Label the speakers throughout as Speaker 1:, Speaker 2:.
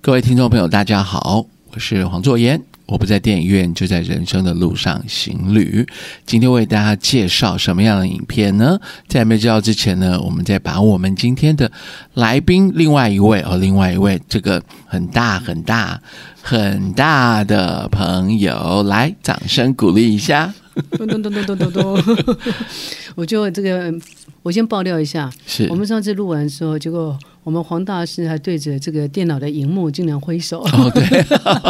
Speaker 1: 各位听众朋友，大家好，我是黄作言。我不在电影院，就在人生的路上行旅。今天为大家介绍什么样的影片呢？在没介绍之前呢，我们再把我们今天的来宾另外一位哦，另外一位这个很大很大很大的朋友，来掌声鼓励一下。
Speaker 2: 咚咚咚咚咚咚咚！ 我就这个，我先爆料一下，
Speaker 1: 是
Speaker 2: 我们上次录完之后，结果我们黄大师还对着这个电脑的荧幕经常挥手。
Speaker 1: 哦，对，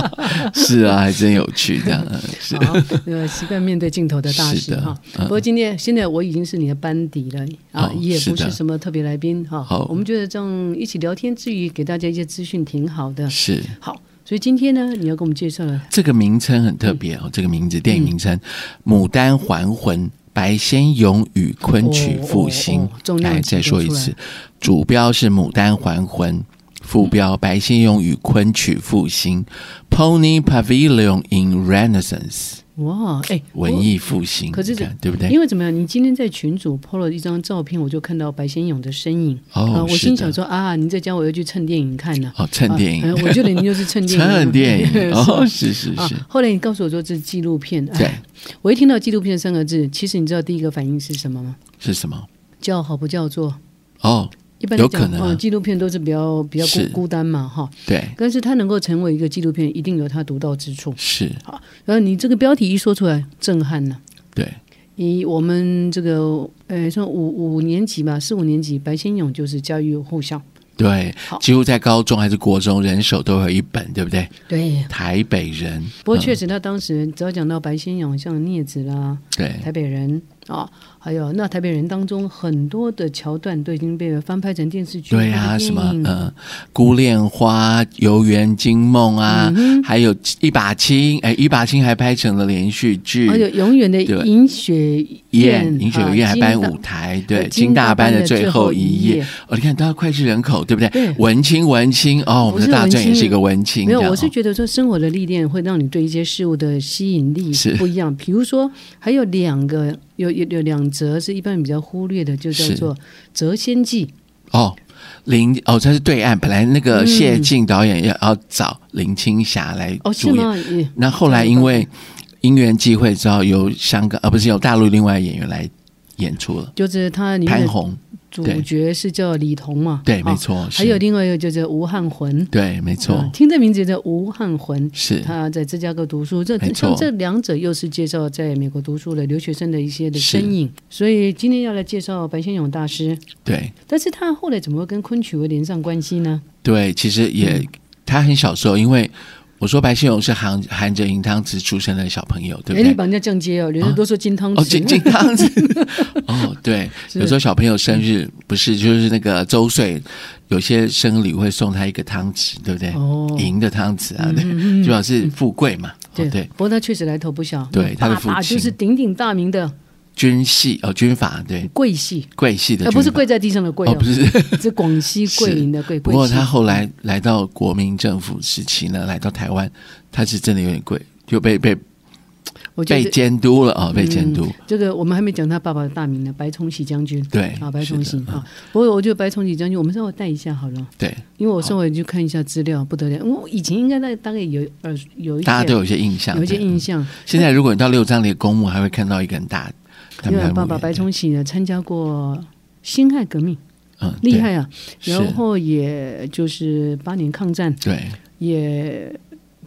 Speaker 1: 是啊，还真有趣，这样嗯是
Speaker 2: 好，呃，习惯面对镜头的大
Speaker 1: 是
Speaker 2: 师
Speaker 1: 的
Speaker 2: 哈。
Speaker 1: 嗯
Speaker 2: 不过今天现在我已经是你的班底了啊
Speaker 1: 哦，
Speaker 2: 也
Speaker 1: 是
Speaker 2: 不
Speaker 1: 的
Speaker 2: 是什么特别来宾哈
Speaker 1: 好。
Speaker 2: 我们觉得这样一起聊天之余，给大家一些资讯挺好的。
Speaker 1: 是。
Speaker 2: 好，所以今天呢，你要给我们介绍了
Speaker 1: 这个名称很特别哦，
Speaker 2: 嗯
Speaker 1: 这个名字电影名称《牡丹还魂》。白先勇与昆曲复兴，
Speaker 2: 哦哦哦重量
Speaker 1: 来
Speaker 2: 级
Speaker 1: 再说一
Speaker 2: 都出来
Speaker 1: 次，主标是《牡丹还魂》，副标《白先勇与昆曲复兴》（Pony Pavilion in Renaissance），
Speaker 2: 哇，哎，我
Speaker 1: 文艺复兴，
Speaker 2: 哦可是
Speaker 1: 你看对不对？
Speaker 2: 因为怎么样？你今天在群组 PO 了一张照片，我就看到白先勇的身影。
Speaker 1: 哦
Speaker 2: 啊我
Speaker 1: 是
Speaker 2: 心
Speaker 1: 的
Speaker 2: 想说啊，您在家我要去蹭电影看呢、
Speaker 1: 哦，蹭电
Speaker 2: 啊
Speaker 1: 影，
Speaker 2: 哎我觉得您就是蹭电影，
Speaker 1: 蹭电影，
Speaker 2: 是吧
Speaker 1: 哦，是是是，
Speaker 2: 啊，后来你告诉我说这是纪录片，哎
Speaker 1: 对，
Speaker 2: 我一听到纪录片三个字，其实你知道第一个反应是什么吗？
Speaker 1: 是什么？
Speaker 2: 叫好不叫座。
Speaker 1: 哦，
Speaker 2: 一般来
Speaker 1: 有可
Speaker 2: 讲，
Speaker 1: 能啊
Speaker 2: 哦，纪录片都是比较比较
Speaker 1: 是
Speaker 2: 孤孤单嘛，哈。
Speaker 1: 对，
Speaker 2: 但是它能够成为一个纪录片，一定有它独到之处。
Speaker 1: 是，
Speaker 2: 然后你这个标题一说出来，震撼啊呐、
Speaker 1: 对，
Speaker 2: 以我们这个呃，像五五年级吧，四五年级，白先勇就是家喻户晓。
Speaker 1: 对，
Speaker 2: 好
Speaker 1: 几乎在高中还是国中，人手都有一本，对不对？
Speaker 2: 对，
Speaker 1: 台北人，
Speaker 2: 不过确实他当时只要讲到白先勇，像镊子啦、
Speaker 1: 对，
Speaker 2: 台北人啊、还有那台北人当中很多的桥段都已经被翻拍成电视剧、
Speaker 1: 对
Speaker 2: 或
Speaker 1: 啊，
Speaker 2: 者
Speaker 1: 什
Speaker 2: 电
Speaker 1: 么
Speaker 2: 影
Speaker 1: 呃，孤恋花、游园惊梦
Speaker 2: 嗯
Speaker 1: 啊，还有一把青，哎，一把青还拍成了连续剧，
Speaker 2: 哦还有永远的
Speaker 1: 对
Speaker 2: 尹雪
Speaker 1: 燕
Speaker 2: 燕，
Speaker 1: 尹雪
Speaker 2: 啊
Speaker 1: 燕还搬
Speaker 2: 金大
Speaker 1: 舞台，对，
Speaker 2: 呃
Speaker 1: 金大班的最后一
Speaker 2: 金大班的最后一
Speaker 1: 夜
Speaker 2: 夜，
Speaker 1: 哦，你看都要脍炙人口，对不对
Speaker 2: 对？
Speaker 1: 文青文青哦，我们的
Speaker 2: 不是
Speaker 1: 大
Speaker 2: 文
Speaker 1: 正也
Speaker 2: 青
Speaker 1: 是一个文青，
Speaker 2: 没有，
Speaker 1: 这样
Speaker 2: 我是
Speaker 1: 哦
Speaker 2: 觉得说生活的历练会让你对一些事物的吸引力
Speaker 1: 是
Speaker 2: 不一样。比如说，还有两个有有有两则是一般人比较忽略的，就叫
Speaker 1: 是
Speaker 2: 做《谪仙记》。
Speaker 1: 哦。林哦，这是对岸。本来那
Speaker 2: 嗯
Speaker 1: 个谢晋导演要要找林青霞来
Speaker 2: 哦，是
Speaker 1: 主演，
Speaker 2: 吗？也
Speaker 1: 那后来因为因缘际会之后，由香港呃不是由大陆另外演员来演出了，
Speaker 2: 就是它里面
Speaker 1: 潘
Speaker 2: 的
Speaker 1: 虹，
Speaker 2: 主
Speaker 1: 对
Speaker 2: 角是叫李彤嘛？
Speaker 1: 对，没
Speaker 2: 哦。
Speaker 1: 错，是
Speaker 2: 还有另外一个就是吴汉魂，
Speaker 1: 对，没错，
Speaker 2: 啊听这名字叫吴汉魂。
Speaker 1: 是
Speaker 2: 他在芝加哥读书，这
Speaker 1: 没错
Speaker 2: 像这两者又是介绍在美国读书的留学生的一些的
Speaker 1: 是
Speaker 2: 身影，所以今天要来介绍白先勇大师。
Speaker 1: 对
Speaker 2: 但是他后来怎么会跟昆曲会连上关系呢？
Speaker 1: 对，其实也、
Speaker 2: 嗯
Speaker 1: 他很小时候，因为我说白先勇是含含着银汤匙出生的小朋友，对
Speaker 2: 哎，
Speaker 1: 不
Speaker 2: 你
Speaker 1: 对？
Speaker 2: 把人家降阶哦，人家都说金汤匙。
Speaker 1: 哦，金金汤匙， 哦，对，有时候小朋友生日不是就是那个周岁，有些生日礼会送他一个汤匙，对不对？
Speaker 2: 哦嗯
Speaker 1: 银的汤匙啊，对，就表示富贵嘛。哦，
Speaker 2: 对
Speaker 1: 对，
Speaker 2: 不过他确实来头不小。
Speaker 1: 对他的
Speaker 2: 爸
Speaker 1: 父亲
Speaker 2: 爸就是鼎鼎大名的
Speaker 1: 军系哦，军阀对
Speaker 2: 桂系，
Speaker 1: 贵系的
Speaker 2: 呃，
Speaker 1: 军阀，
Speaker 2: 不是跪在地上的跪
Speaker 1: 哦，不是。
Speaker 2: 是广西桂林的桂。
Speaker 1: 不
Speaker 2: 桂
Speaker 1: 过
Speaker 2: 系
Speaker 1: 他后来来到国民政府时期呢，来到台湾，他是真的有点贵，就被被
Speaker 2: 我觉
Speaker 1: 被
Speaker 2: 得嗯
Speaker 1: 监督了啊、哦，被监督。
Speaker 2: 这个我们还没讲他爸爸的大名呢，白崇禧将军。
Speaker 1: 对
Speaker 2: 啊，白
Speaker 1: 是
Speaker 2: 崇
Speaker 1: 的嗯
Speaker 2: 禧啊。不过我觉得白崇禧将军，我们稍微带一下好了，
Speaker 1: 对，
Speaker 2: 因为我稍微去看一下资料，不得了。我以前应该大大概有呃有一些
Speaker 1: 大家都有一些印象。
Speaker 2: 有一些
Speaker 1: 对嗯
Speaker 2: 印象，
Speaker 1: 现在如果你到六张里的公墓，还会看到一个很大，他
Speaker 2: 因
Speaker 1: 们
Speaker 2: 为
Speaker 1: 的
Speaker 2: 爸
Speaker 1: 墓
Speaker 2: 爸
Speaker 1: 园
Speaker 2: 白崇禧呢参加过辛亥革命。
Speaker 1: 嗯
Speaker 2: 厉，害啊！
Speaker 1: 是
Speaker 2: 然后也就是八年抗战，
Speaker 1: 对对
Speaker 2: 也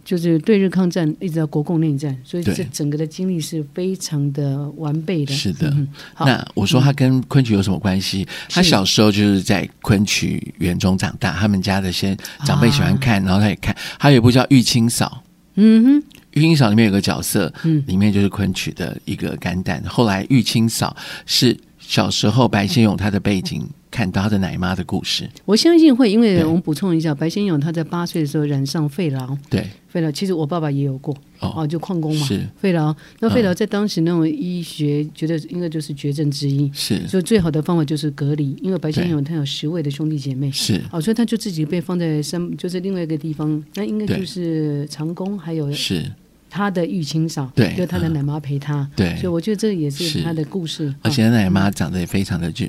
Speaker 2: 就是对日抗战，一直到国共内战，所以
Speaker 1: 对
Speaker 2: 这整个的经历是非常的完备的。
Speaker 1: 是的。
Speaker 2: 嗯好嗯
Speaker 1: 那我说他跟昆曲有什么关系？他
Speaker 2: 是
Speaker 1: 小时候就是在昆曲园中长大，他们家的先长辈喜欢看，然后他也看。还有一部叫《玉清嫂》，
Speaker 2: 啊嗯哼，
Speaker 1: 《玉清嫂》里面有个角色，
Speaker 2: 嗯
Speaker 1: 里面就是昆曲的一个肝胆。后来玉清嫂是小时候白先勇他的背景，看到他的奶妈的故事。
Speaker 2: 我相信会，因为
Speaker 1: 对
Speaker 2: 我们补充一下，白先勇他在八岁的时候染上肺痨，
Speaker 1: 对，
Speaker 2: 肺痨其实我爸爸也有过，
Speaker 1: 哦，
Speaker 2: 啊，就矿工嘛，
Speaker 1: 是嗯
Speaker 2: 肺痨。那肺痨在当时那种医学，觉得应该就是绝症之一，
Speaker 1: 是
Speaker 2: 所以最好的方法就是隔离，因为白先
Speaker 1: 对
Speaker 2: 勇他有十位的兄弟姐妹，
Speaker 1: 是，
Speaker 2: 哦，所以他就自己被放在山，就是另外一个地方，那应该
Speaker 1: 对
Speaker 2: 就是长工，还有
Speaker 1: 是，
Speaker 2: 他的玉清嫂，
Speaker 1: 对嗯
Speaker 2: 就他的奶妈陪他，
Speaker 1: 对
Speaker 2: 所以。我觉得这也
Speaker 1: 是
Speaker 2: 是他的故事，
Speaker 1: 而哦
Speaker 2: 哦
Speaker 1: 且他奶妈长得也非常的俊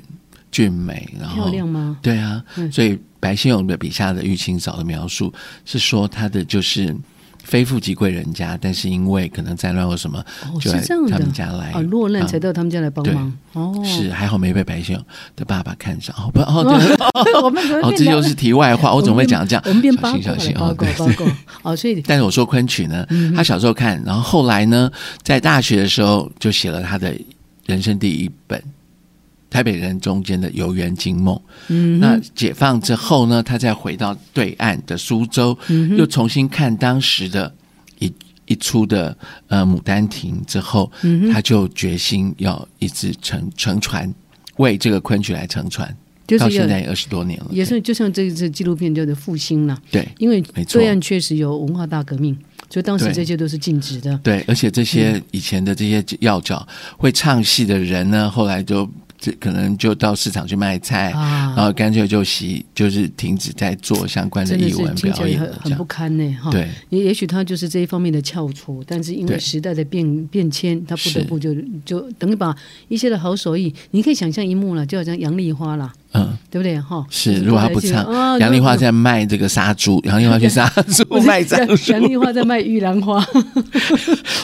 Speaker 1: 俊美，然后
Speaker 2: 漂亮吗？
Speaker 1: 对啊，
Speaker 2: 嗯
Speaker 1: 所以。白先勇的笔下的玉清嫂的描述是说，她的就是非富即贵人家，但是因为可能战乱或什么，
Speaker 2: 哦，
Speaker 1: 就是来
Speaker 2: 这样
Speaker 1: 他们
Speaker 2: 的
Speaker 1: 家来
Speaker 2: 啊，落难
Speaker 1: 啊
Speaker 2: 才到他们家来帮
Speaker 1: 对
Speaker 2: 忙。哦，
Speaker 1: 是还好没被白先勇的爸爸看上。哦不哦，对
Speaker 2: 我们怎么
Speaker 1: 哦，
Speaker 2: 变
Speaker 1: 这
Speaker 2: 聊
Speaker 1: 就是题外话，我
Speaker 2: 我
Speaker 1: 总
Speaker 2: 们
Speaker 1: 会
Speaker 2: 变
Speaker 1: 讲这样，
Speaker 2: 我们变
Speaker 1: 小
Speaker 2: 八
Speaker 1: 心
Speaker 2: 卦
Speaker 1: 小
Speaker 2: 了
Speaker 1: 心
Speaker 2: 八
Speaker 1: 哦，对
Speaker 2: 卦八卦。哦，所以
Speaker 1: 但是我说昆曲呢，他小时候看，然后后来呢，在大学的时候就写了他的人生第一本《台北人中间的游园惊梦》。
Speaker 2: 嗯
Speaker 1: 那解放之后呢，他再回到对岸的苏州，又重新看当时的一一出的呃《牡丹亭》之后，他就决心要一直乘乘船，为这个昆曲来乘船。
Speaker 2: 就
Speaker 1: 到
Speaker 2: 是
Speaker 1: 现在
Speaker 2: 要
Speaker 1: 也二十多年了，
Speaker 2: 也是就像这次纪录片叫做《复兴》了，
Speaker 1: 对
Speaker 2: 因为
Speaker 1: 没错
Speaker 2: 对岸确实有文化大革命，所以当时
Speaker 1: 对
Speaker 2: 这些都是禁止的。
Speaker 1: 对，而且这
Speaker 2: 嗯
Speaker 1: 些以前的这些药脚会唱戏的人呢，后来就这可能就到市场去卖菜，
Speaker 2: 啊
Speaker 1: 然后干脆就习就是停止在做相关的
Speaker 2: 真的
Speaker 1: 艺
Speaker 2: 是
Speaker 1: 文
Speaker 2: 听起
Speaker 1: 表
Speaker 2: 来
Speaker 1: 演
Speaker 2: 很
Speaker 1: 了，这
Speaker 2: 很不
Speaker 1: 样
Speaker 2: 堪呢，哈。
Speaker 1: 对。
Speaker 2: 也也许他就是这一方面的翘楚，但是因为
Speaker 1: 对
Speaker 2: 时代的变变迁，他不
Speaker 1: 是
Speaker 2: 得不就就等于把一些的好手艺，你可以想象一幕了，就好像杨丽花啦，
Speaker 1: 嗯，
Speaker 2: 对不对？哈，
Speaker 1: 是
Speaker 2: 就
Speaker 1: 如果他
Speaker 2: 来
Speaker 1: 不
Speaker 2: 这个
Speaker 1: 唱，
Speaker 2: 啊
Speaker 1: 杨丽花
Speaker 2: 如果
Speaker 1: 在卖这个杀猪， 杨丽花去杀猪
Speaker 2: 不是
Speaker 1: 卖杀
Speaker 2: 杨
Speaker 1: 猪，
Speaker 2: 杨丽花在卖玉兰 花，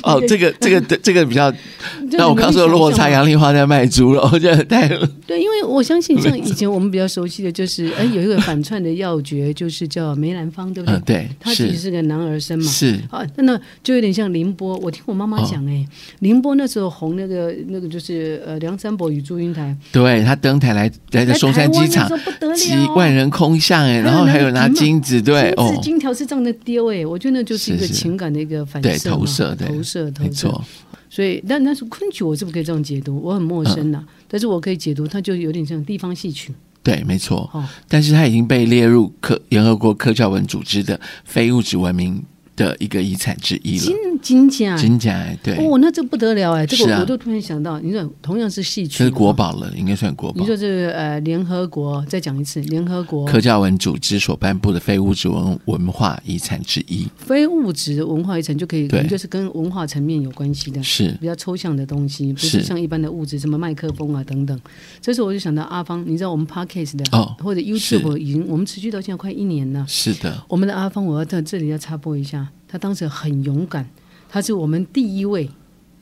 Speaker 1: 哦，这 个这个这个比较
Speaker 2: 就
Speaker 1: 让我
Speaker 2: 很容
Speaker 1: 刚
Speaker 2: 易
Speaker 1: 说落
Speaker 2: 想象
Speaker 1: 差，
Speaker 2: 嘛
Speaker 1: 杨丽花在卖猪了，我觉得太
Speaker 2: 对，因为我相信 像以前我们比较熟悉的就是，哎，有一个反串的要诀，就是叫梅兰芳，对不对？
Speaker 1: 嗯对
Speaker 2: 他其实
Speaker 1: 是
Speaker 2: 是个男儿身嘛。
Speaker 1: 是
Speaker 2: 啊，那那就有点像凌波。我听我妈妈
Speaker 1: 哦
Speaker 2: 讲、哎、凌波那时候红那个那个就是呃梁山伯与祝英台，
Speaker 1: 对他登台来来的
Speaker 2: 来
Speaker 1: 松
Speaker 2: 台
Speaker 1: 山机
Speaker 2: 湾那
Speaker 1: 场
Speaker 2: 时候不得了
Speaker 1: 几万人空巷哎，
Speaker 2: 有
Speaker 1: 然后还有
Speaker 2: 拿
Speaker 1: 拿
Speaker 2: 金嘛
Speaker 1: 金子对
Speaker 2: 金
Speaker 1: 哦
Speaker 2: 字，金条是这样的丢哎、我觉得那就是一个
Speaker 1: 是是
Speaker 2: 情感的一个反射
Speaker 1: 对
Speaker 2: 嘛，
Speaker 1: 投射对
Speaker 2: 投射投
Speaker 1: 没
Speaker 2: 射。
Speaker 1: 错，
Speaker 2: 所以，但但是昆曲我是不可以这样解读，我很陌生
Speaker 1: 嗯
Speaker 2: 呐、但是我可以解读，它就有点像地方戏曲
Speaker 1: 对，没错。
Speaker 2: 哦。
Speaker 1: 但是它已经被列入科联合国科教文组织的非物质文明的一个遗产之一了。
Speaker 2: 金金甲
Speaker 1: 金甲哎，对，
Speaker 2: 哦，那这不得了哎，这
Speaker 1: 是
Speaker 2: 个
Speaker 1: 啊
Speaker 2: 我我都突然想到，你说同样是戏曲，
Speaker 1: 这是国。宝了，应该算国
Speaker 2: 你
Speaker 1: 宝。
Speaker 2: 说这个呃，联合国再讲一次，联合国
Speaker 1: 科教文组织所颁布的非物质文文化遗产之一
Speaker 2: 非物质文化遗产就可以，
Speaker 1: 对
Speaker 2: 就是跟文化层面有关系的，
Speaker 1: 是
Speaker 2: 比较抽象的东西，不是
Speaker 1: 是
Speaker 2: 像一般的物质，什么麦克风啊等等。这时候我就想到阿芳，你知道我们 podcast 的、
Speaker 1: 哦
Speaker 2: 或者 YouTube 已经我们持续到现在快一年了，
Speaker 1: 是的，
Speaker 2: 我们的阿芳，我要在这里要插播一下，她当时很勇敢，她是我们第一位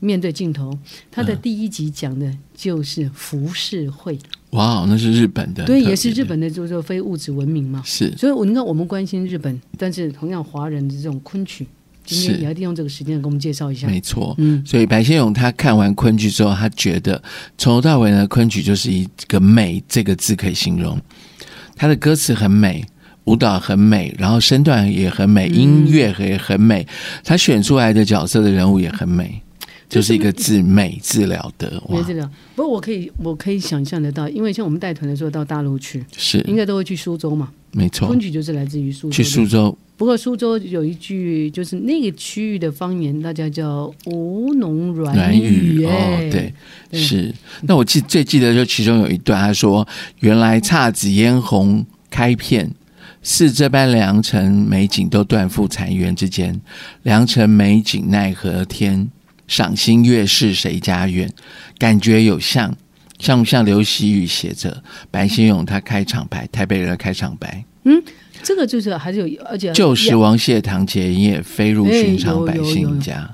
Speaker 2: 面对镜头，她的第一集讲的就是浮世绘，
Speaker 1: 哇，那是日本的，
Speaker 2: 对，
Speaker 1: 很特别
Speaker 2: 也是日，本的，就是说非物质文明嘛。
Speaker 1: 是
Speaker 2: 所以，我你看，我们关心日本，但是同样华人的这种昆曲，今
Speaker 1: 是
Speaker 2: 天也要利用这个时间给我们介绍一下。
Speaker 1: 没错。
Speaker 2: 嗯，
Speaker 1: 所以白先勇他看完昆曲之后，他觉得从头到尾呢，昆曲就是一个“美”这个字可以形容。他的歌词很美，舞蹈很美，然后身段也很美，音乐也很美。他选出来的角色的人物也很美，就是一个字“美”字了得。哇
Speaker 2: 没，这个，不过我可以，我可以想象得到，因为像我们带团的时候到大陆去，
Speaker 1: 是
Speaker 2: 应该都会去苏州嘛，
Speaker 1: 没错
Speaker 2: 嗯昆。曲就是来自于苏州的。
Speaker 1: 哦去苏州
Speaker 2: 不过苏州有一句就是那个区域的方言，大家叫吴侬软
Speaker 1: 暖语
Speaker 2: 哎、
Speaker 1: 哦，对，
Speaker 2: 对
Speaker 1: 是。那我记最记得就其中有一段，他说：“原来姹紫嫣红开遍，是这般良辰美景都断付残垣之间。良辰美景奈何天，赏心悦事谁家园？感觉有像，像不像刘习雨写着白先勇他开场白，台北人的开场白，
Speaker 2: 这个就是还是有，而且
Speaker 1: 旧时王谢堂前夜，飞入寻常
Speaker 2: 哎
Speaker 1: 百
Speaker 2: 有有有
Speaker 1: 姓
Speaker 2: 有
Speaker 1: 家。”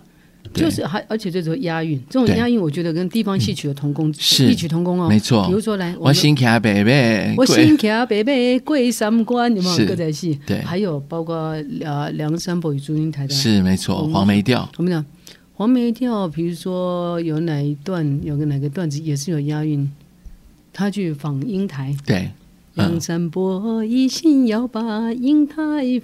Speaker 1: 对
Speaker 2: 就是还而且这种押韵，这种
Speaker 1: 对
Speaker 2: 押韵我觉得跟地方戏曲有同工，
Speaker 1: 是
Speaker 2: 异曲同工哦。
Speaker 1: 没错
Speaker 2: 比如说来，
Speaker 1: 我
Speaker 2: 们
Speaker 1: 心卡北北，
Speaker 2: 我
Speaker 1: 贵
Speaker 2: 心卡北北过三关，有没
Speaker 1: 是
Speaker 2: 有歌仔戏？
Speaker 1: 对
Speaker 2: 还有包括呃梁山伯与祝英台的。
Speaker 1: 是没错，
Speaker 2: 嗯
Speaker 1: 黄梅调。
Speaker 2: 我们讲黄梅调，比如说有哪一段有个哪个段子也是有押韵，他去访英台。
Speaker 1: 对，嗯
Speaker 2: 梁，山伯一心要把英台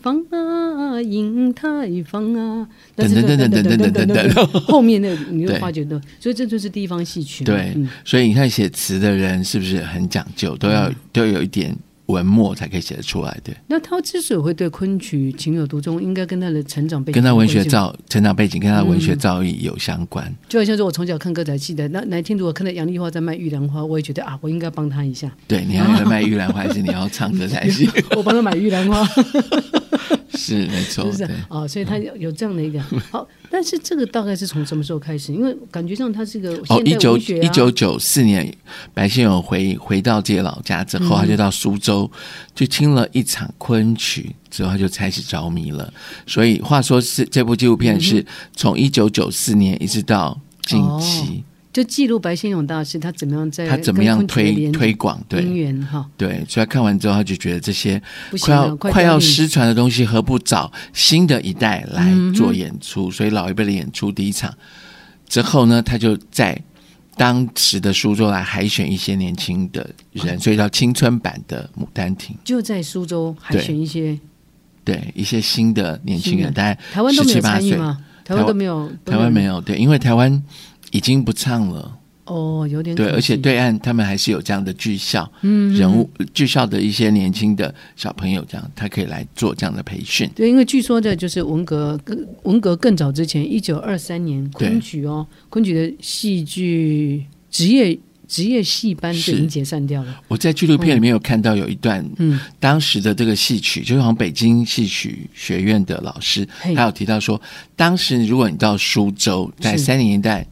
Speaker 2: 放啊，英台放啊，
Speaker 1: 等等等等等等等等等
Speaker 2: 后面那个你就
Speaker 1: 对
Speaker 2: 发觉到，所以这就是地方戏曲嘛。
Speaker 1: 对
Speaker 2: 嗯，
Speaker 1: 所以你看写词的人是不是很讲究，都要都有一点文墨才可以写得出来，对，
Speaker 2: 那他之所以会对昆曲情有独钟，应该跟他的成长背景，
Speaker 1: 跟他文学，造成长背景跟他文学造诣有相关，
Speaker 2: 就好像是我从小看歌仔戏的，那哪一天如果看到杨丽花在卖玉兰花，我也觉得啊，我应该帮她一下，
Speaker 1: 对，你要卖玉兰花还是你要唱歌才行？
Speaker 2: 我帮她买玉兰花。
Speaker 1: 是没
Speaker 2: 是
Speaker 1: 错，
Speaker 2: 不是
Speaker 1: 对？嗯
Speaker 2: 哦，所以他有有这样的一 个好，但是这个大概是从什么时候开始？因为感觉上他是个
Speaker 1: 哦，一
Speaker 2: 现代
Speaker 1: 九
Speaker 2: 文学啊
Speaker 1: 一九九四年，白先勇回回到自己老家之
Speaker 2: 嗯
Speaker 1: 后，他就到苏州，就听了一场昆曲之后，他就开始着迷了。所以话说是这部纪录片
Speaker 2: 嗯
Speaker 1: 是从一九九四年一直到近期，
Speaker 2: 就记录白先勇大师他怎么样在
Speaker 1: 他怎么样
Speaker 2: 哦跟昆曲的
Speaker 1: 推
Speaker 2: 连
Speaker 1: 推广？
Speaker 2: 姻
Speaker 1: 对
Speaker 2: 缘哈，
Speaker 1: 对，所以他看完之后，他就觉得这些
Speaker 2: 不行
Speaker 1: 快
Speaker 2: 了
Speaker 1: 要，
Speaker 2: 快
Speaker 1: 快
Speaker 2: 凋
Speaker 1: 要
Speaker 2: 零
Speaker 1: 失传的东西，何不
Speaker 2: 嗯
Speaker 1: 找新的一代来做演出？所以老一辈的演出第一场之后呢，他就在当时的苏州来海选一些年轻的人，所以叫青春版的《牡丹亭》。
Speaker 2: 就在苏州海选一些
Speaker 1: 对，一些新的年轻
Speaker 2: 新
Speaker 1: 人，
Speaker 2: 人
Speaker 1: 大概
Speaker 2: 嗯台湾都没有参与
Speaker 1: 17-18
Speaker 2: 吗？台湾都没有，
Speaker 1: 台湾没
Speaker 2: 有
Speaker 1: 有对，因为台湾已经不唱了，
Speaker 2: 哦，有点
Speaker 1: 对，
Speaker 2: 可
Speaker 1: 而且
Speaker 2: 惜
Speaker 1: 对岸他们还是有这样的剧校，嗯，人物剧校的一些年轻的小朋友，这样他可以来做这样的培训。
Speaker 2: 对，因为据说的就是文革更文革更早之前，一九二三年
Speaker 1: 对
Speaker 2: 昆曲哦，昆曲的戏剧职业职业戏班
Speaker 1: 是
Speaker 2: 就已经解散掉了。
Speaker 1: 我在纪录片里面有看到有一段，
Speaker 2: 嗯，
Speaker 1: 当时的这个戏曲，就是好像北京戏曲学院的老师，
Speaker 2: 嘿
Speaker 1: 他有提到说，当时如果你到苏州，在
Speaker 2: 是
Speaker 1: 三零年代，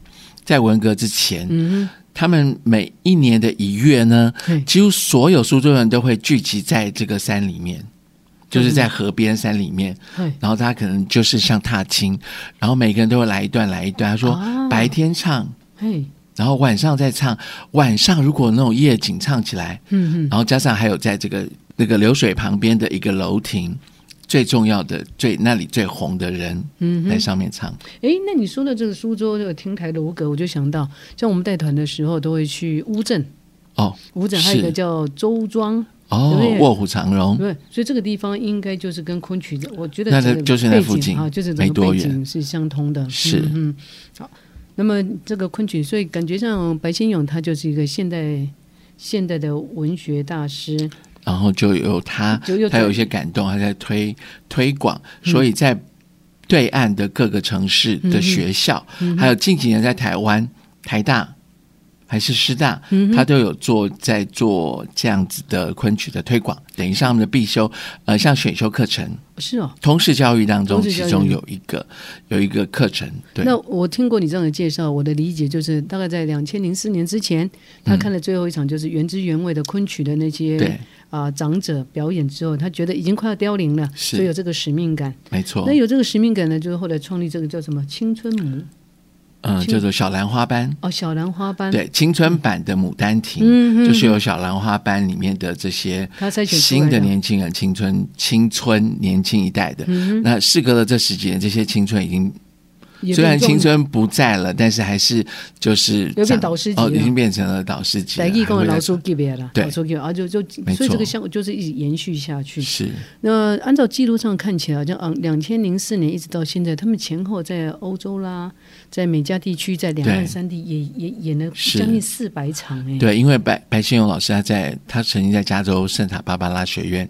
Speaker 1: 在文革之前，
Speaker 2: 嗯
Speaker 1: 他们每一年的一月呢，
Speaker 2: 哼，
Speaker 1: 几乎所有苏州人都会聚集在这个山里面，就是在河边山里面，
Speaker 2: 嘿，
Speaker 1: 然后他可能就是像踏青，然后每个人都会来一段来一段，他说、
Speaker 2: 啊
Speaker 1: 白天唱，
Speaker 2: 嘿，
Speaker 1: 然后晚上再唱，晚上如果那种夜景唱起来。
Speaker 2: 嗯
Speaker 1: 然后加上还有在这个那个流水旁边的一个楼亭，最重要的最那里最红的人
Speaker 2: 嗯
Speaker 1: 在上面唱，
Speaker 2: 哼，诶，那你说的这个苏州这个亭台楼阁，我就想到，像我们带团的时候都会去乌镇，
Speaker 1: 哦
Speaker 2: 乌镇还有一个
Speaker 1: 是
Speaker 2: 叫周庄，
Speaker 1: 哦
Speaker 2: 对，
Speaker 1: 卧虎藏龙，
Speaker 2: 对，所以这个地方应该就是跟昆曲的，我觉得
Speaker 1: 那
Speaker 2: 这
Speaker 1: 它
Speaker 2: 个
Speaker 1: 就是那
Speaker 2: 背
Speaker 1: 附
Speaker 2: 景
Speaker 1: 近
Speaker 2: 啊，就是整
Speaker 1: 没
Speaker 2: 个
Speaker 1: 多
Speaker 2: 背
Speaker 1: 远
Speaker 2: 景是相通的。
Speaker 1: 是
Speaker 2: 嗯嗯，好。那么这个昆曲，所以感觉上白先勇他就是一个现代现代的文学大师，
Speaker 1: 然后就有他
Speaker 2: 就又，
Speaker 1: 他啊有
Speaker 2: 在嗯
Speaker 1: 一些感动，他在推推广，所以在对岸的各个城市的学校，
Speaker 2: 嗯
Speaker 1: 还有近几年在台湾台大。还是师大，
Speaker 2: 嗯
Speaker 1: 他都有做在做这样子的昆曲的推广，等于像他们的必修，呃，像选修课程，
Speaker 2: 是哦。
Speaker 1: 通识教育当中，
Speaker 2: 通识教育
Speaker 1: 其中有一个有一个课程，对，
Speaker 2: 那我听过你这样的介绍，我的理解就是，大概在两千零四年之前，他看了最后一场就是原汁原味的昆曲的那
Speaker 1: 嗯
Speaker 2: 些
Speaker 1: 对，
Speaker 2: 啊、长者表演之后，他觉得已经快要凋零了，
Speaker 1: 是哦
Speaker 2: 所以有这个使命感。
Speaker 1: 没错
Speaker 2: 那，有这个使命感呢，就是后来创立这个叫什么青春母
Speaker 1: 嗯，
Speaker 2: 青
Speaker 1: 叫做小兰花班，
Speaker 2: 哦，小兰花班，
Speaker 1: 对，青春版的《牡丹亭》
Speaker 2: 嗯嗯
Speaker 1: 就是由小兰花班里面的这些
Speaker 2: 他筛选出来
Speaker 1: 新的年轻人、青春青春年轻一代的。
Speaker 2: 嗯
Speaker 1: 那事隔了这十几年，这些青春已经
Speaker 2: 也
Speaker 1: 虽然
Speaker 2: 变壮
Speaker 1: 青春不在了，但是还是就是
Speaker 2: 有变
Speaker 1: 长
Speaker 2: 导师级
Speaker 1: 哦，
Speaker 2: 了
Speaker 1: 已经变成了导师级了，
Speaker 2: 来义工
Speaker 1: 还会
Speaker 2: 老
Speaker 1: 再
Speaker 2: 师级别了，
Speaker 1: 对
Speaker 2: 老师级别啊，就就
Speaker 1: 没错
Speaker 2: 所以这个项目就是一直延续下去。
Speaker 1: 是
Speaker 2: 那按照记录上看起来，好像嗯，两千零四年一直到现在，他们前后在欧洲啦，在美加地区，在两岸
Speaker 1: 对
Speaker 2: 三地也也演了
Speaker 1: 是
Speaker 2: 将近四百场哎、
Speaker 1: 对，因为白白先勇老师他在他曾经在加州圣塔芭芭拉学院，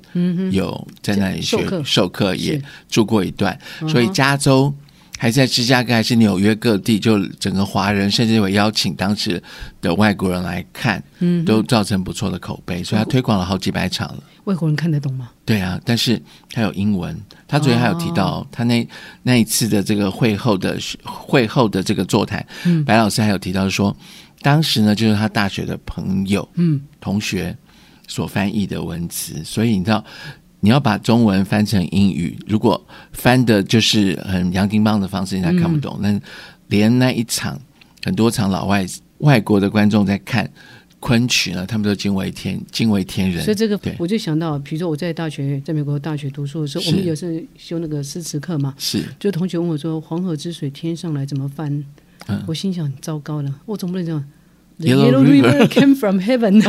Speaker 1: 有在那里
Speaker 2: 嗯授
Speaker 1: 学
Speaker 2: 课
Speaker 1: 授课，也
Speaker 2: 是嗯
Speaker 1: 住过一段，所以加州。还在芝加哥还是纽约各地，就整个华人甚至有邀请当时的外国人来看，嗯，都造成不错的口碑，所以他
Speaker 2: 嗯
Speaker 1: 推广了好几百场了。
Speaker 2: 外国人看得懂吗？
Speaker 1: 对啊，但是他有英文，他昨天还有提到，
Speaker 2: 哦
Speaker 1: 他那那一次的这个会后的会后的这个座谈，
Speaker 2: 嗯
Speaker 1: 白老师还有提到说，当时呢就是他大学的朋友，
Speaker 2: 嗯，
Speaker 1: 同学所翻译的文词，所以你知道。你要把中文翻成英语，如果翻的就是很洋金棒的方式，人家看不
Speaker 2: 嗯
Speaker 1: 懂。那、连那一场很多场老外外国的观众在看昆曲呢，他们都惊为天惊为天人。
Speaker 2: 所以这个
Speaker 1: 对
Speaker 2: 我就想到，比如说我在大学，在美国大学读书的时候，
Speaker 1: 是
Speaker 2: 我们有时候修那个诗词课嘛，
Speaker 1: 是
Speaker 2: 就同学问我说：“黄河之水天上来，怎么翻？”
Speaker 1: 嗯
Speaker 2: 我心想：糟糕了，我总不能这样。The
Speaker 1: Yellow
Speaker 2: yellow
Speaker 1: River 哦
Speaker 2: river came from heaven，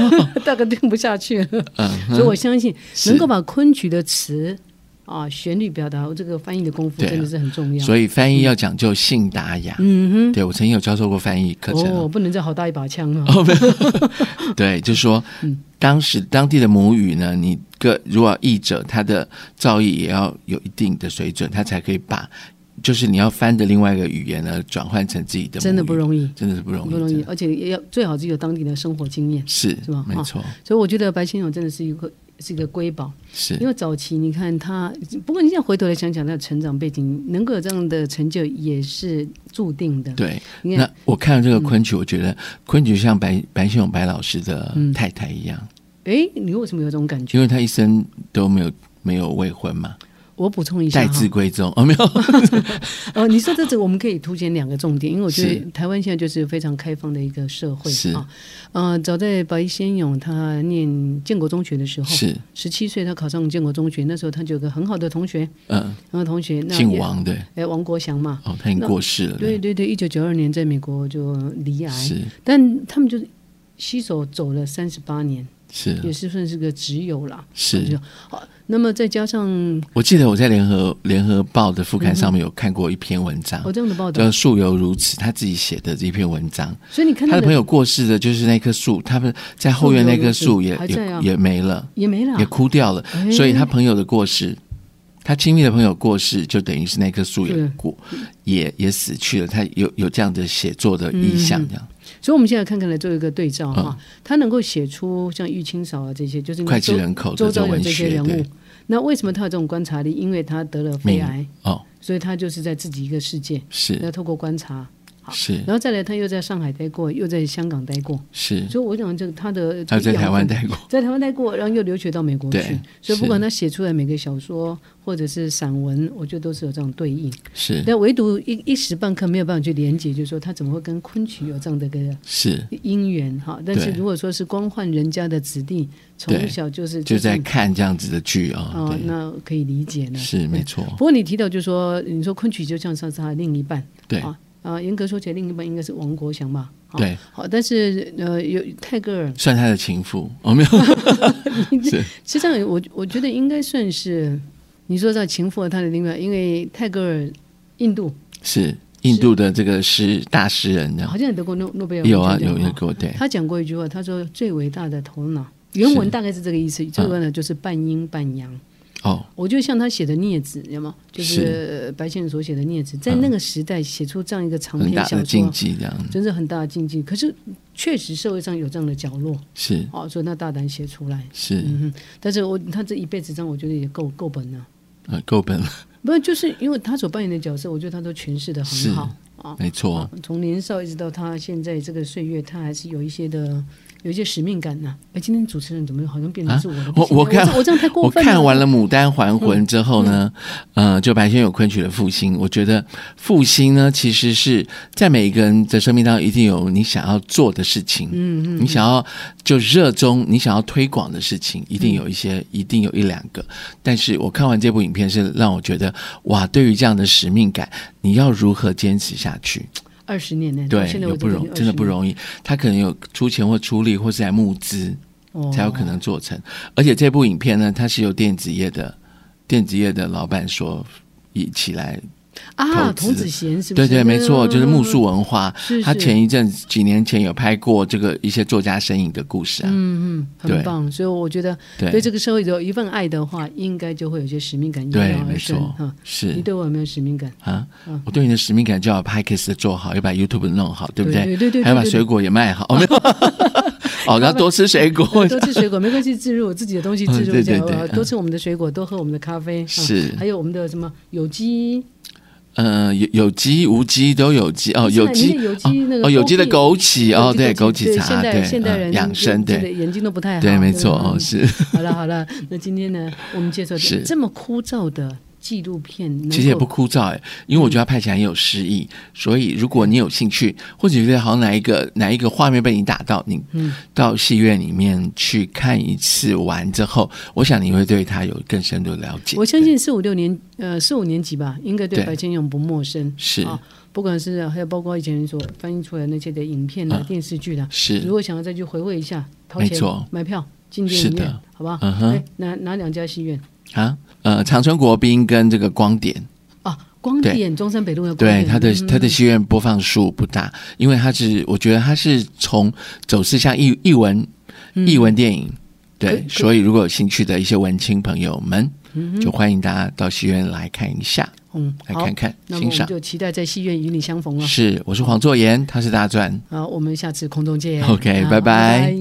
Speaker 2: 大 概听不下去了。所以我相信，
Speaker 1: 嗯是
Speaker 2: 能够把昆曲的词啊、旋律表达，这个翻译的功夫
Speaker 1: 对啊
Speaker 2: 真的是很重要。
Speaker 1: 所以翻译要讲究信达雅。
Speaker 2: 嗯
Speaker 1: 对我曾经有教授过翻译课
Speaker 2: 哼，
Speaker 1: 程
Speaker 2: 哦，
Speaker 1: 哦，
Speaker 2: 不能再好大一把枪了。
Speaker 1: 对，就说
Speaker 2: 嗯
Speaker 1: 当时当地的母语呢，你个如果译者他的造诣也要有一定的水准，他才可以把就是你要翻的另外一个语言呢，转换成自己的母语
Speaker 2: 真的不容易，
Speaker 1: 真的是不容易，
Speaker 2: 不容易，
Speaker 1: 真的
Speaker 2: 而且也要最好是有当地的生活经验。
Speaker 1: 是
Speaker 2: 是吧哦
Speaker 1: 没错，
Speaker 2: 所以我觉得白先勇真的是一个是一个瑰宝。因
Speaker 1: 是
Speaker 2: 为早期你看他，不过你现在回头来想想，他的成长背景能够有这样的成就，也是注定的。
Speaker 1: 对。
Speaker 2: 你
Speaker 1: 那
Speaker 2: 看，
Speaker 1: 我看到这个昆曲，我觉得昆曲像白白先勇白老师的
Speaker 2: 嗯
Speaker 1: 太太一样，
Speaker 2: 哎，你为什么有这种感觉？
Speaker 1: 因为她一生都没有没有未婚嘛，
Speaker 2: 我补充一下
Speaker 1: 待
Speaker 2: 哈
Speaker 1: 字，闺中哦，没有，
Speaker 2: 呃，你说这这我们可以凸显两个重点，因为我觉
Speaker 1: 是
Speaker 2: 得台湾现在就是非常开放的一个社会
Speaker 1: 是
Speaker 2: 啊。呃，早在白先勇他念建国中学的时候，
Speaker 1: 是
Speaker 2: 十七岁他考上建国中学，那时候他就有个很好的同学，
Speaker 1: 嗯，
Speaker 2: 然后同学那
Speaker 1: 姓
Speaker 2: 也，
Speaker 1: 王的
Speaker 2: 哎，王国祥嘛，
Speaker 1: 哦，他已经
Speaker 2: 那
Speaker 1: 过世了，
Speaker 2: 对对对，一九九二年在美国就离癌，
Speaker 1: 是
Speaker 2: 但他们就携手走了三十八年，也
Speaker 1: 是
Speaker 2: 是算是个挚友啦。
Speaker 1: 是，
Speaker 2: 那么再加上
Speaker 1: 我记得我在联合联合报的副刊上面有看过一篇文章
Speaker 2: 哦，这样的报
Speaker 1: 叫
Speaker 2: 道，
Speaker 1: 《树犹如此》，他自己写的这篇文章，
Speaker 2: 所以你看
Speaker 1: 他
Speaker 2: 到
Speaker 1: 的朋
Speaker 2: 的
Speaker 1: 友过世的就是那棵树，他们在后院那棵树也
Speaker 2: 树犹如此还在
Speaker 1: 也
Speaker 2: 啊
Speaker 1: 也没了，
Speaker 2: 也没了
Speaker 1: 也，枯掉了，
Speaker 2: 哎
Speaker 1: 所以他朋友的过世。他亲密的朋友过世，就等于是那棵树也
Speaker 2: 是
Speaker 1: 过，也也死去了。他有有这样的写作的意
Speaker 2: 嗯
Speaker 1: 向，这样、
Speaker 2: 所以我们现在看看来做一个对照哈，他能够写出像玉清嫂啊这些，就是你
Speaker 1: 脍炙
Speaker 2: 周
Speaker 1: 嗯人口的
Speaker 2: 周
Speaker 1: 这
Speaker 2: 遭有
Speaker 1: 文
Speaker 2: 这些
Speaker 1: 学，
Speaker 2: 人物
Speaker 1: 对，。
Speaker 2: 那为什么他有这种观察力？因为他得了肺
Speaker 1: 命
Speaker 2: 癌，
Speaker 1: 哦，
Speaker 2: 所以他就是在自己一个世界，
Speaker 1: 是
Speaker 2: 要透过观察。
Speaker 1: 是
Speaker 2: 然后再来，他又在上海待过，又在香港待过，
Speaker 1: 是，
Speaker 2: 所以我想这个他的
Speaker 1: 还有在
Speaker 2: 这个
Speaker 1: 台
Speaker 2: 养
Speaker 1: 湾
Speaker 2: 分
Speaker 1: 待 过，
Speaker 2: 在台湾待过，然后又留学到美国
Speaker 1: 对
Speaker 2: 去，所以
Speaker 1: 是
Speaker 2: 不管他写出来每个小说或者是散文，我觉得都是有这样对应。
Speaker 1: 是
Speaker 2: 但唯独一一时半刻没有办法去连接，就是说他怎么会跟昆曲有这样的一个
Speaker 1: 是，
Speaker 2: 姻缘哈？但是
Speaker 1: 对
Speaker 2: 如果说是光换人家的子弟，
Speaker 1: 对
Speaker 2: 从小就是
Speaker 1: 就在
Speaker 2: 这样
Speaker 1: 看这样子的剧
Speaker 2: 哦
Speaker 1: 哦，，对，
Speaker 2: 那可以理解呢。
Speaker 1: 是没
Speaker 2: 对
Speaker 1: 错，
Speaker 2: 不过你提到就是说，你说昆曲就像是他的另一半
Speaker 1: 对
Speaker 2: 啊啊，严格说起来，另一半应该是王国祥吧？啊，
Speaker 1: 对，
Speaker 2: 好，但是呃，有泰戈尔
Speaker 1: 算他的情妇，哦，没有，
Speaker 2: 实际上，我我觉得应该算是你说到情妇和他的另外，因为泰戈尔，印度
Speaker 1: 是印度的这个诗大诗人这样
Speaker 2: 好像也得过诺诺贝尔文学
Speaker 1: 有啊，
Speaker 2: 奖
Speaker 1: 有有
Speaker 2: 哈
Speaker 1: 过，对，
Speaker 2: 他讲过一句话，他说最伟大的头脑，原文
Speaker 1: 是嗯
Speaker 2: 大概是这个意思，最伟大的就是半阴半阳。
Speaker 1: 哦，
Speaker 2: 我觉得像他写的《镊子》，有吗？就是白先勇所写的《镊子》，在那个时代写出这样一个长
Speaker 1: 嗯很
Speaker 2: 篇
Speaker 1: 大
Speaker 2: 小
Speaker 1: 的禁
Speaker 2: 说，
Speaker 1: 忌这样，
Speaker 2: 真是很大的禁忌。可是确实社会上有这样的角落，
Speaker 1: 是
Speaker 2: 哦，所以他大胆写出来。
Speaker 1: 是，
Speaker 2: 嗯哼，但是我他这一辈子这样，我觉得也够够本了、
Speaker 1: 呃，够本了，
Speaker 2: 不就是因为他所扮演的角色，我觉得他都诠释的
Speaker 1: 是
Speaker 2: 很好啊。
Speaker 1: 没错，
Speaker 2: 从年少一直到他现在这个岁月，他还是有一些的有一些使命感呐、哎，今天主持人怎么好像变成是我的
Speaker 1: 啊
Speaker 2: 不行、
Speaker 1: 我我看
Speaker 2: 这我这样太过
Speaker 1: 我
Speaker 2: 分了。
Speaker 1: 看完了《牡丹还魂》之后呢，呃，就白先勇昆曲的复兴，我觉得复兴呢，其实是在每一个人的生命当中，一定有你想要做的事情，嗯嗯，你想要就热衷你想要推广的事情，一定有一些，一定有一两个。但是我看完这部影片，是让我觉得哇，对于这样的使命感，你要如何坚持下去？
Speaker 2: 二十年呢，
Speaker 1: 对
Speaker 2: 到现，在
Speaker 1: 有
Speaker 2: 我
Speaker 1: 不容真的不
Speaker 2: 易，
Speaker 1: 容易，他可能有出钱或出力，或是来募资，
Speaker 2: 哦
Speaker 1: 才有可能做成。而且这部影片呢，它是由电子业的电子业的老板说一起来，
Speaker 2: 啊。
Speaker 1: 投资
Speaker 2: 童子贤是不
Speaker 1: 对
Speaker 2: 是？嗯
Speaker 1: 对，没错，就是木
Speaker 2: 树。
Speaker 1: 树文化。
Speaker 2: 是是
Speaker 1: 他前一阵子几年前有拍过这个一些作家身影的故事啊，
Speaker 2: 嗯嗯，
Speaker 1: 对
Speaker 2: 很棒。所以我觉得对
Speaker 1: 对
Speaker 2: 这个社会有一份爱的话，应该就会有些使命感油
Speaker 1: 对，
Speaker 2: 然
Speaker 1: 没
Speaker 2: 而生
Speaker 1: 错
Speaker 2: 哈。，你
Speaker 1: 是
Speaker 2: 对我有没有使命感？
Speaker 1: 啊
Speaker 2: 嗯，
Speaker 1: 我对你的使命感就要把 podcast 做好，要把 YouTube 弄好，对不
Speaker 2: 对对对对
Speaker 1: 还要把
Speaker 2: 对对
Speaker 1: 水果也卖好，哦没有， 哦，然后多吃水果，
Speaker 2: 多吃水果没关系，置入自己的东西
Speaker 1: 嗯
Speaker 2: 置入
Speaker 1: 对
Speaker 2: 一下，
Speaker 1: 对对
Speaker 2: 呃
Speaker 1: 嗯
Speaker 2: 多吃我们的水果，多喝我们的咖啡，啊
Speaker 1: 是
Speaker 2: 还有我们的什么有机
Speaker 1: 呃，有有机、无机都有机哦，
Speaker 2: 不是啊
Speaker 1: 有机
Speaker 2: 你那有机那个
Speaker 1: 哦，有机的枸
Speaker 2: 枸
Speaker 1: 杞哦，对，枸杞
Speaker 2: 现
Speaker 1: 茶，对，
Speaker 2: 代现代
Speaker 1: 嗯
Speaker 2: 人
Speaker 1: 养生，
Speaker 2: 对
Speaker 1: 对，
Speaker 2: 眼睛都不太好，嗯
Speaker 1: 对，没
Speaker 2: 吧
Speaker 1: 错哦，。是，
Speaker 2: 好了好了， 那今天呢，我们介绍
Speaker 1: 是
Speaker 2: 这么枯燥的纪录片，能
Speaker 1: 其实也
Speaker 2: 够
Speaker 1: 不枯燥哎，因为我觉得它拍起来很有诗意，所以如果你有兴趣，或者觉得好像哪一个哪一个画面被你打到，你
Speaker 2: 嗯
Speaker 1: 到戏院里面去看一次完之后，我想你会对它有更深度的了解。
Speaker 2: 我相信四五六年呃四五年级吧，应该对
Speaker 1: 对
Speaker 2: 白先勇不陌生
Speaker 1: 对。是
Speaker 2: 啊不管是还有包括以前所翻译出来那些的影片
Speaker 1: 嗯
Speaker 2: 啊、电视剧的，如
Speaker 1: 是
Speaker 2: 果想要再去回味一下，掏
Speaker 1: 没
Speaker 2: 钱
Speaker 1: 错
Speaker 2: 买票进电影
Speaker 1: 是的
Speaker 2: 院，好不好？
Speaker 1: 嗯哼
Speaker 2: 哎，哪哪两家戏院
Speaker 1: 啊，呃，长春国宾跟这个光点。
Speaker 2: 啊？光
Speaker 1: 对
Speaker 2: 点中山北路的光
Speaker 1: 对
Speaker 2: 点，
Speaker 1: 他的
Speaker 2: 嗯
Speaker 1: 他的戏院播放数不大，因为他是我觉得他是从走势像译译文译文电影，对
Speaker 2: 嗯可，
Speaker 1: 所以如果有兴趣的一些文青朋友们，就欢迎大家到戏院来看一下，
Speaker 2: 嗯，
Speaker 1: 来
Speaker 2: 好
Speaker 1: 看，看
Speaker 2: 那么
Speaker 1: 欣
Speaker 2: 我们
Speaker 1: 赏。
Speaker 2: 就期待在戏院与你相逢了。
Speaker 1: 是，我是黄作言，他是大钻。
Speaker 2: 啊，我们下次空中见。
Speaker 1: OK，
Speaker 2: 啊
Speaker 1: 拜拜
Speaker 2: 拜